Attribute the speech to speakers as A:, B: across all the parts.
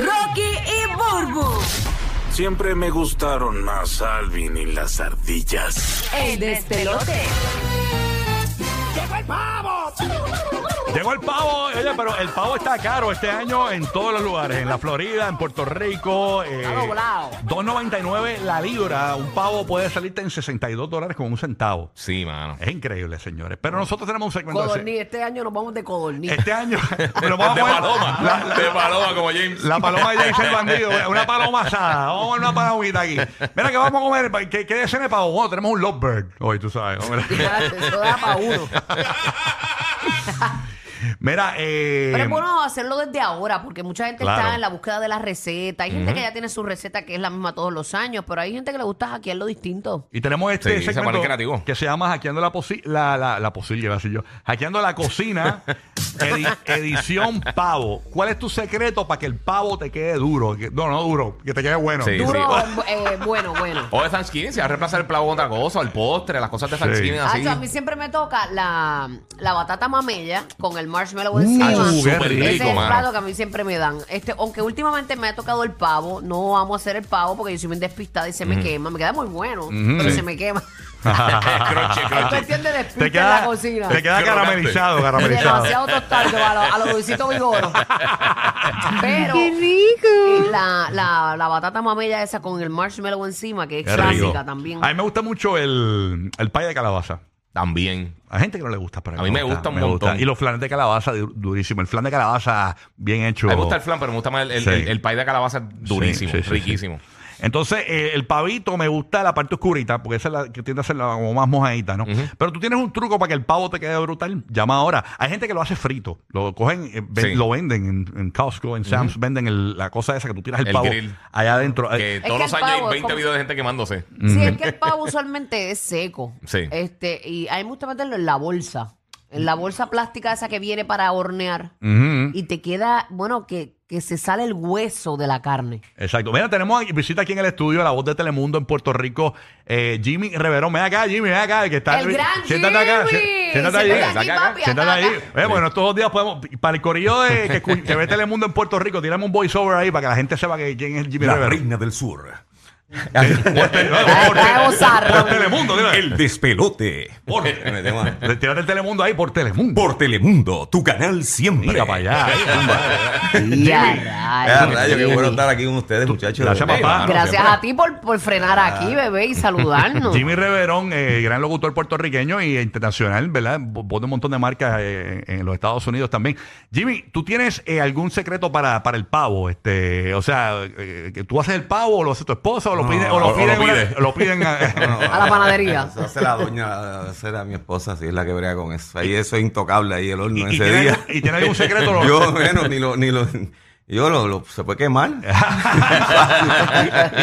A: Rocky y Burbu.
B: Siempre me gustaron más Alvin y las ardillas.
A: El despelote.
C: Llegó el pavo, oye, pero el pavo está caro este año en todos los lugares, en la Florida, en Puerto Rico. Eh,
A: doblado.
C: 2.99 la libra, un pavo puede salirte en 62 dólares con un centavo.
D: Sí, mano.
C: Es increíble, señores. Pero nosotros tenemos un segmento de...
A: Codorniz, este año nos vamos de codorniz.
C: Este año... pero vamos
D: de
C: a poner-
D: paloma.
C: La, la-
D: de paloma, como James.
C: la paloma de Jason el bandido, una paloma asada. Vamos a comer una palomita aquí. Mira que vamos a comer, ¿qué, qué deseen de pavo? Bueno, tenemos un lovebird hoy, tú sabes. ¿no? Mira,
A: Eso da pa' uno.
C: Mira, eh,
A: Pero es bueno hacerlo desde ahora, porque mucha gente
C: claro.
A: está en la búsqueda de la receta. Hay gente que ya tiene su receta que es la misma todos los años, pero hay gente que le gusta hackear lo distinto.
C: Y tenemos este
D: Sí, se
C: segmento
D: ponen creativos.
C: que se llama Hackeando la posi la, la, la posilla, iba a decir yo. Hackeando la cocina, edi- edición pavo. ¿Cuál es tu secreto para que el pavo te quede duro? Que- no, no duro, que te quede bueno.
D: Sí,
A: Duro, eh, bueno, bueno.
D: O de Thanksgiving, se va a reemplazar el plato con otra cosa, el postre, las cosas de Thanksgiving
A: Ah,
D: así.
A: yo, a mí siempre me toca la, la batata mamella con el marshmallow
C: Uh,
A: encima.
D: Ah, eso es
C: qué
D: súper
C: rico,
A: Ese es el
D: mano.
A: plato que a mí siempre me dan. Este, aunque últimamente me ha tocado el pavo, no vamos a hacer el pavo porque yo soy bien despistada y se me quema. Me queda muy bueno, pero
D: sí. Ah.
A: se me quema.
D: Eh, Crunchy,
A: Es
D: crunchy.
A: cuestión de despiste
C: Te
A: en la
C: queda,
A: cocina.
C: te queda
D: Crocante.
C: caramelizado, caramelizado.
A: Demasiado tostado a los a lo Luisito Vigoro. Pero. ¡Qué rico! La, la, la batata mamella esa con el marshmallow encima, que es
C: Qué
A: clásica
C: rico.
A: también.
C: A mí me gusta mucho el, el pay de calabaza.
D: También.
C: Hay gente que no le gusta, pero
D: A mí me gusta un montón.
C: Y los flanes de calabaza, du- durísimo. El flan de calabaza, bien hecho.
D: A mí me gusta el flan, pero me gusta más el, el,
C: Sí.
D: el- el pie de calabaza durísimo,
C: Sí, sí, sí,
D: riquísimo.
C: sí. Entonces, eh, el pavito me gusta la parte oscurita, porque esa es la que tiende a ser la, como más mojadita, ¿no? Pero tú tienes un truco para que el pavo te quede brutal. Llama ahora. Hay gente que lo hace frito. Lo cogen, eh, ven-
D: Sí.
C: lo venden en, en Costco, en Sam's, venden el- la cosa esa que tú tiras el,
D: El
C: pavo
D: grill.
C: allá adentro.
D: Que
C: Eh,
D: todos
A: que
D: los
A: el
D: años hay
A: pavo es
D: 20
A: como-
D: videos de gente quemándose.
A: Sí, es que el pavo usualmente es seco.
D: Sí.
A: Este, y a mí me gusta meterlo en la bolsa. En la bolsa plástica esa que viene para hornear.
C: ujú.
A: Y te queda, bueno, que, que se sale el hueso de la carne.
C: Exacto. Mira, tenemos aquí- visita aquí en el estudio la voz de Telemundo en Puerto Rico, eh, Jimmy Reverón. Ven acá, Jimmy, ven acá. Que está,
A: ¡El gran
C: siéntate acá,
A: Jimmy!
C: si- siéntate
A: Siéntate
C: ahí.
A: aquí,
D: Saca acá,
A: papi,
C: Siéntate
A: acá,
C: ahí.
A: acá.
C: Eh, bueno, estos dos días podemos. Para el corillo de, que, escu- que ve Telemundo en Puerto Rico, tiramos un voiceover ahí para que la gente sepa que, quién es Jimmy
E: La
C: Rivera.
E: reina del sur.
A: Ay, bravo, zarro.
C: Por Telemundo, tira.
E: El despelote. Por,
C: Le- Tírate el Telemundo ahí por Telemundo.
E: por Telemundo, tu canal siempre.
C: Mira para allá.
A: Ya,
F: Ah, rayo, qué bueno estar aquí con ustedes, muchachos.
C: Gracias, Ah.
F: Eh,
C: papá.
A: Gracias a ti por, por frenar aquí, bebé, y saludarnos.
C: Jimmy Reverón, eh, gran locutor puertorriqueño y internacional, ¿verdad? Vo- Voz de un montón de marcas eh, en los Estados Unidos también. Jimmy, ¿tú tienes eh, algún secreto para, para el pavo? Este, o sea, eh, que ¿tú haces el pavo o lo hace tu esposa o lo piden? O
D: o-
C: lo
D: o
C: piden.
D: lo
C: una-
D: pide.
C: lo piden a- eh,
F: no, no,
A: A la panadería.
F: Eso hace la doña, esa era mi esposa, sí, es la que brega con eso. Ahí eso es intocable, ahí el horno
C: y, y
F: ese
C: tiene,
F: día.
C: y tiene algún secreto. lo-
F: Yo, bueno, ni lo, ni lo, yo lo, lo- se puede quemar.
C: Ah,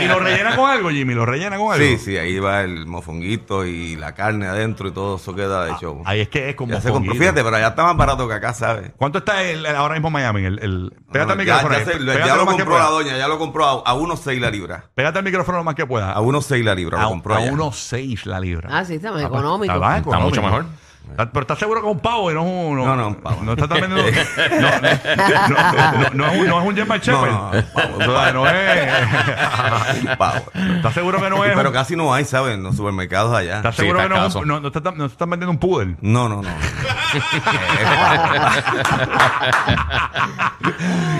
C: y, y lo rellena con algo, Jimmy, lo rellena con algo.
F: Sí, sí, ahí va el mofonguito y la carne adentro y todo eso queda hecho.
C: Ah, Ahí es que es como.
F: ya se compró, fíjate, pero allá está más barato que acá, ¿sabes?
C: ¿Cuánto está el, el- ahora mismo en Miami? El, el- pégate al
F: No, ya,
C: micrófono.
F: ya
C: ahí,
F: se-
C: pe-
F: ya
C: pégate
F: lo
C: más que
F: compró la
C: pueda.
F: doña, ya lo compró a, a 1.6 la libra.
C: Pégate al micrófono lo más que pueda.
F: A 1.6 la libra
C: a,
F: Ah, lo compró
C: a
F: allá.
C: 1.6 la libra.
A: Ah, sí, está más
C: Ah, pues,
A: económico.
C: más
D: Está mucho
C: económico.
D: mejor.
C: Está- Pero estás seguro que es un pavo y no es un.
F: No, no, un pavo.
C: No estás vendiendo. No, no, no, no, no es un- no es un German Shepherd.
F: no, un pavo,
C: O sea, no es.
F: Un pavo.
C: ¿Estás seguro que no es?
F: Pero
C: un-
F: casi no hay, ¿sabes? En los supermercados allá.
C: ¿Estás
D: Sí,
C: seguro
D: está
C: que no es
D: caso.
C: un- no, no estás no estás vendiendo un poodle?
F: No, no, no.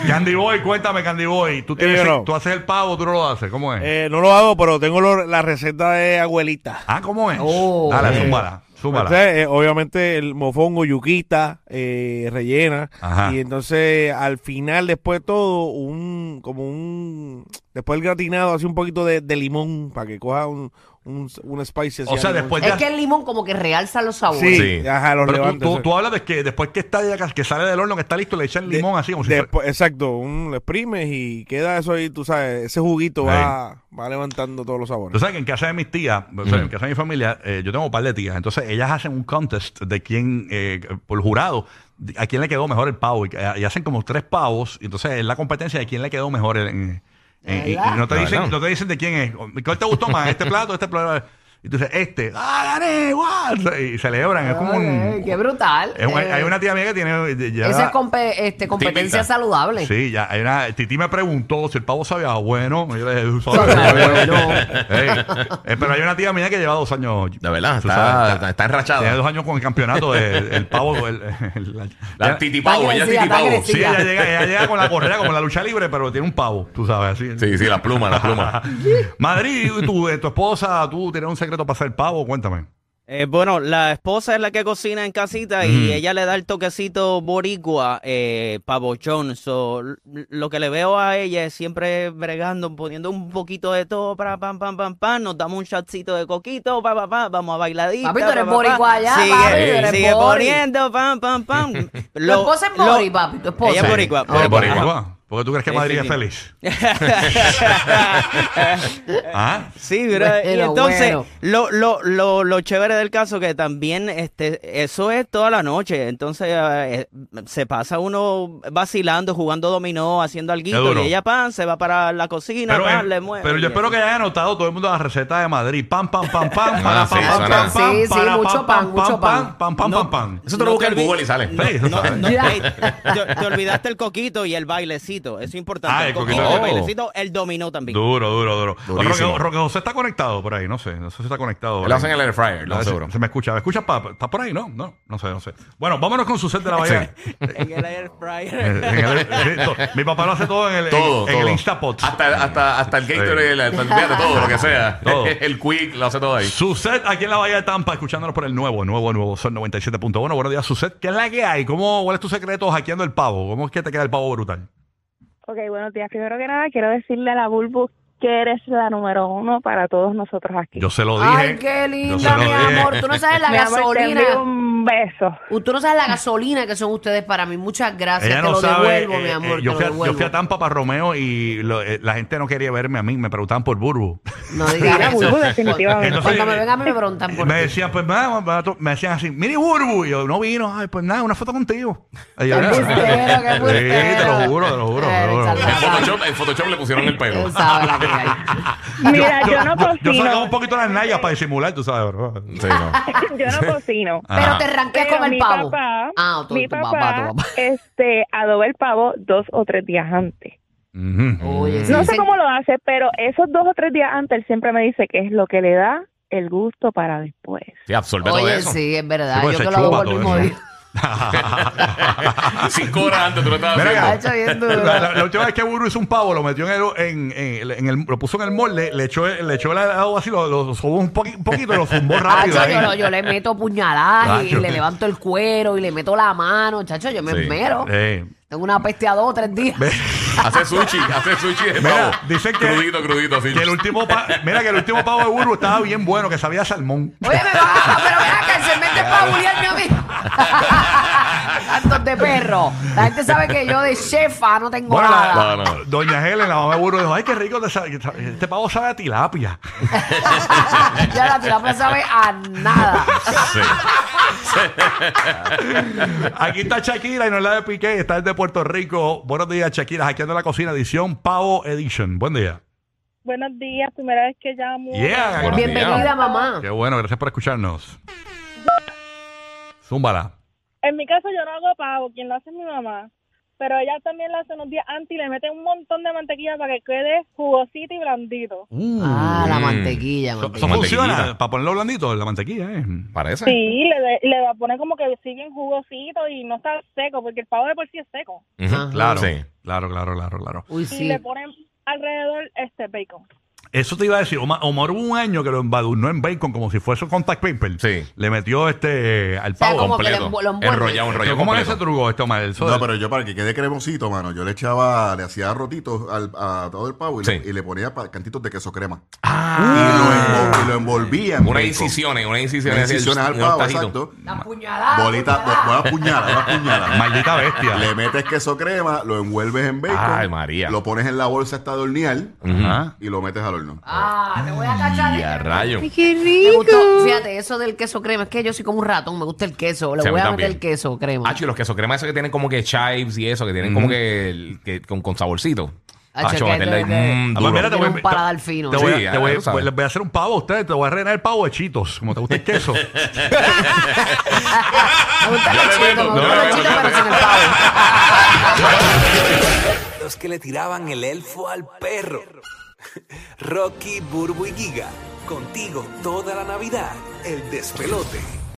C: Candy Boy, cuéntame, Candy Boy. ¿Tú, tienes,
G: yo no.
C: tú haces el pavo, tú no lo haces. ¿Cómo es?
G: Eh, no lo hago, pero tengo lo- la receta de abuelita.
C: ah, ¿cómo es?
A: Oh.
C: Dale,
G: Eh,
C: súmala, súmala.
G: Entonces, eh, obviamente el mofongo, yuquita, eh, rellena.
C: Ajá.
G: Y entonces al final, después de todo, un como un... Después del gratinado, así un poquito de, de limón para que coja un, un, un spice. así
C: O sea,
G: al limón. Eh,
C: después
A: Es
C: ya.
A: que el limón como que realza los sabores.
G: Sí,
D: Sí.
G: ajá, los
C: Pero tú,
G: levanta,
C: tú-
G: eso.
C: tú hablas de que después que está ya ca- que sale del horno, que está listo, le echan
G: De-
C: limón así como si fuera-
G: después- Exacto, un, lo exprimes y queda eso ahí, tú sabes, ese juguito va, va levantando todos los sabores.
C: Tú sabes que en casa de mis tías, o sea, en casa de mi familia, eh, yo tengo un par de tías. Entonces, ellas hacen un contest de quién, eh, por jurado, de- a quién le quedó mejor el pavo. Y, eh, y hacen como tres pavos. Y entonces, es la competencia de quién le quedó mejor. el- en- en- y, y no, te
D: ¿Verdad?
C: dicen, no te dicen de quién es. ¿Cuál te gustó más? ¿Este plato? ¿Este plato? Y tú dices, este. ¡Ah, gané! ¡Guau! Y celebran. Es como
A: Ay,
C: un...
A: Qué brutal.
C: es un-
A: Ah, Eh,
C: hay una tía mía que tiene... ya-
A: Esa es compe- este, competencia
D: Típica.
A: saludable.
C: Sí, ya hay una. Titi me preguntó si el pavo sabía bueno. Y yo le dije,
A: Sabe a bueno.
C: Ey, eh, pero hay una tía mía que lleva dos años.
D: De verdad,
C: tú
D: está-
C: sabes,
D: está- está enrachada.
C: Tiene dos años con el campeonato del el pavo. El, el- la-
D: La
C: ella-
D: titipavo,
A: Está
D: ella es
A: agresiva, está
D: titipavo.
C: sí,
D: Sí,
C: ella llega, ella llega con la correa, como la lucha libre, pero tiene un pavo, tú sabes, así.
D: sí, sí, las plumas, las plumas.
C: Madrid, y tu, eh, tu esposa, tú tienes un secreto para hacer pavo, cuéntame.
H: Eh, bueno, la esposa es la que cocina en casita y ella le da el toquecito boricua, eh, pavochón. So, l- lo que le veo a ella es siempre bregando, poniendo un poquito de todo, para pam, pam, pam, pam, nos damos un shotcito de coquito, pa, pa, pa, vamos a bailadita.
A: Papi, tú
H: pa,
A: eres
H: pa, pa.
A: boricua allá,
H: Sigue,
A: papi, tú eres
H: sigue
A: bori.
H: poniendo, pam, pam, pam.
A: Tu esposa es
H: lo-
A: bori, papi, tu esposa.
H: Ella es boricua. pues.
D: Sí, es boricua.
C: ¿Por qué tú crees que
H: Sí,
C: Madrid
H: sí,
C: es
H: sí.
C: feliz? ¿Ah?
H: Sí, ¿verdad? y
A: Bueno,
H: entonces,
A: bueno.
H: Lo, lo, lo, lo chévere del caso que también este, eso es toda la noche. Entonces, eh, se pasa uno vacilando, jugando dominó, haciendo
C: Qué
H: alguito.
C: duro.
H: Y ella, pan, se va para la cocina,
C: Pero,
H: pan,
C: eh,
H: le mueve.
C: pero yo
H: y
C: espero que hayan anotado todo el mundo la receta de Madrid. Pam, pam, pam, pam.
D: Ah,
C: para,
D: sí,
C: pam, pam,
D: suena.
C: pam, pam,
A: Sí, sí,
C: para,
A: mucho pan, mucho pan.
C: Pam, pam, pam,
H: No.
C: pam.
D: Eso te lo busca
H: te
D: en
H: olvi-
D: Google y sale.
H: No,
C: Sí, eso
H: no,
C: sale.
H: no,
A: Ya.
H: ey, te, te olvidaste el coquito y el bailecito. Eso es importante.
C: Ah, el
H: el coquito,
C: coquito.
H: el bailecito, el dominó también.
C: Duro, duro, duro.
D: Durísimo.
C: Roque, Roque José está conectado por ahí, no sé. No sé si está conectado.
D: Lo hacen en el air fryer,
C: A
D: lo
C: ver si-
D: seguro.
C: Se me escucha. ¿Me escuchas, papá? ¿Estás por ahí? No, no, no sé, no sé. Bueno, vámonos con su set de la bahía.
H: En el air
C: Eh,
H: fryer.
C: en el- sí, to- Mi papá lo hace todo en el, en-
D: Todo,
C: Este, en,
D: todo.
C: el Instapot.
D: Hasta, hasta, hasta el Gatorade, el- hasta el fíjate, todo lo que sea.
C: Todo.
D: el Quick, lo hace todo ahí.
C: Su set aquí en la Bahía de Tampa, escuchándonos por el nuevo, nuevo, nuevo Sol 97.1. Buenos días, Suset. ¿Qué es la que hay? ¿Cómo, ¿Cuál es tu secreto hackeando el pavo? ¿Cómo es que te queda el pavo brutal?
I: Ok, buenos días. Primero que nada, quiero decirle a la Bulbu que eres la número uno para todos nosotros aquí.
C: Yo se lo dije.
A: Ay, qué
C: Yo se
A: linda,
C: lo
A: mi
C: dije.
A: amor. Tú no sabes la
I: Mi amor, te
A: gasolina.
I: envío un beso.
A: Uh, Tú no sabes la gasolina que son ustedes para mí. Muchas gracias.
C: Ella
A: te
C: no
A: lo
C: sabe.
A: devuelvo,
C: eh,
A: mi
C: eh,
A: amor.
C: yo,
A: te
C: fui a,
A: lo
C: yo fui a
A: devuelvo.
C: Tampa para Romeo y lo- eh, la gente no quería verme a mí, me preguntaban por Burbu.
A: No digas
I: Sí, la
A: eso.
I: Bulbu, definitivamente.
C: Entonces,
A: Cuando me venga, a mí me preguntan por
C: me
A: ti.
C: decían, pues nada, vamos a to- me decían así, mire Burbu. Y yo, no vino, ay, pues nada, una foto contigo. Y yo,
A: Qué embustero, qué
C: Sí, te lo
A: embustero.
C: juro, te lo juro. te lo
A: Eres
C: juro.
D: En
A: salvaje.
D: Photoshop, en Photoshop le pusieron el pelo.
A: Él sabe la que hay.
I: Mira, yo, no
C: Yo sacaba un
I: cocino.
C: poquito las nalgas para disimular, tú sabes, bro.
D: Sí, no.
I: Yo no cocino.
C: Ajá.
A: Pero te arranqué
I: Pero
A: con el
I: mi
A: pavo.
I: papá,
A: ah, tu,
I: mi
A: tu
I: papá,
A: papá, tu papá.
I: este, adoba el pavo dos o tres días antes.
C: Ujú.
A: Oye, sí,
I: No
A: dicen-
I: sé cómo lo hace, pero esos dos o tres días antes él siempre me dice que es lo que le da el gusto para después.
D: Sí, absorbe todo
A: Oye,
D: eso.
A: sí, es verdad.
C: Sí, porque
A: yo que
C: se
A: lo hago
C: chupa
A: el
C: todo
A: mismo
C: eso.
A: día.
D: Cinco horas antes tú lo estabas
C: Mira
D: haciendo.
C: acá.
A: Ha hecho bien duro.
C: La, la- la última vez que Burbu hizo un pavo, lo metió en el, en, en- en el- lo puso en el molde, le echó, le echó el agua así, lo, lo sobó un, poqui- un poquito y lo zumbó
A: Ah,
C: rápido.
A: chacho,
C: ahí.
A: yo, lo- yo le meto puñaladas y
C: Chacho.
A: le levanto el cuero y le meto la mano, chacho, yo me
D: Sí.
A: esmero.
C: Eh,
A: Tengo una peste a dos o tres días.
D: Hace sushi, hace sushi de
C: Mira,
D: pavo.
C: dicen que-
D: Crudito, crudito, así.
C: que el último pa- mira que el último pavo de Burbu estaba bien bueno, que sabía a salmón.
A: Oye, me va, pero ven acá, se mete para bulearme a mí. Tantos de perro. La gente sabe que yo de chefa no tengo
C: Bueno, la-
A: nada.
D: No, no.
C: Doña Helen, la mamá de Burbu, dijo, ay, qué rico, te sabe- este pavo sabe a tilapia.
A: ya la tirapa sabe a nada.
C: Aquí está Shakira y no es la de Piqué, está desde Puerto Rico. Buenos días, Shakira, hackeando la cocina, edición Pavo Edition. Buen día.
I: Buenos días, primera vez que llamo.
C: Yeah.
D: Buenos días.
A: Bienvenida, mamá.
C: Qué bueno, gracias por escucharnos. Zúmbala.
J: En mi caso yo no hago pavo, quien lo hace es mi mamá. Pero ella también lo hace unos días antes y le mete un montón de mantequilla para que quede jugosito y blandito.
A: Ah, la
C: Mm.
A: mantequilla,
C: Eso- Eso
A: mantequilla.
C: funciona
D: Mantequillita.
C: para ponerlo blandito, la mantequilla, ¿eh?
D: Parece.
J: Sí, le, de- le va a poner como que sigue en jugosito y no está seco, porque el pavo de por sí es seco.
A: Ajá.
C: Claro,
D: Sí.
C: claro, claro, claro, claro.
A: Uy,
J: Y
A: sí.
J: le ponen alrededor este bacon.
C: Eso te iba a decir, Omar, Omar hubo un año que lo embadurnó en bacon como si fuese un contact paper.
D: Sí.
C: Le metió este eh, al
A: sea,
C: pavo.
A: como que
D: completo.
A: lo envuelve.
D: Enrollado,
C: Pero
D: enrollado.
C: ¿Cómo es
D: completo.
C: ese truco, este, Omar? Eso
K: No,
C: es-
K: pero yo para que quede cremosito, mano, yo le echaba, le hacía rotitos al, a todo el pavo y, le,
D: Sí.
K: y le ponía pa- cantitos de queso crema.
D: Ah.
K: Y, lo envol- y lo envolvía en
D: Una
K: bacon.
D: incisión, una incisión.
K: Una incisión al pavo, exacto.
A: La puñalada.
K: Bolita,
A: puñalada.
K: bo- una puñalada, una puñalada.
C: Maldita bestia.
K: Le metes queso crema, lo envuelves en bacon.
D: Ay, María.
K: Lo pones en la bolsa hasta de hornear
C: Ajá.
K: y lo metes al horno.
A: Ah, te voy a cachar.
D: Y a rayo.
L: qué
A: Me gustó, fíjate, eso del queso crema. Es que yo soy como un ratón, me gusta el queso. Le
D: Sí, a mí
A: voy a
D: también.
A: meter el queso crema.
D: Ah, y los queso crema esos que tienen como que chives y eso, que tienen como que, el- que- con, con saborcito.
A: Acho,
D: Acho,
A: que
D: meterle ahí,
A: tú eres-
D: mm,
C: Ah, pues
D: duro.
C: mira, te voy a-
A: Tiene un paladar fino.
C: Te voy, a-
D: Sí,
C: te voy a-
D: ya sabes.
C: les voy a hacer un pavo a ustedes, te voy a rellenar el pavo de chitos, como te gusta el queso.
A: Me gusta el
D: Yo le
A: lechito,
D: meto-
A: me
D: yo
A: gusta
D: le
A: el lechito,
D: meto-
A: pero sin el pavo.
F: Los que le tiraban el elfo al perro. Rocky, Burbu y Giga. Contigo toda la Navidad. El despelote.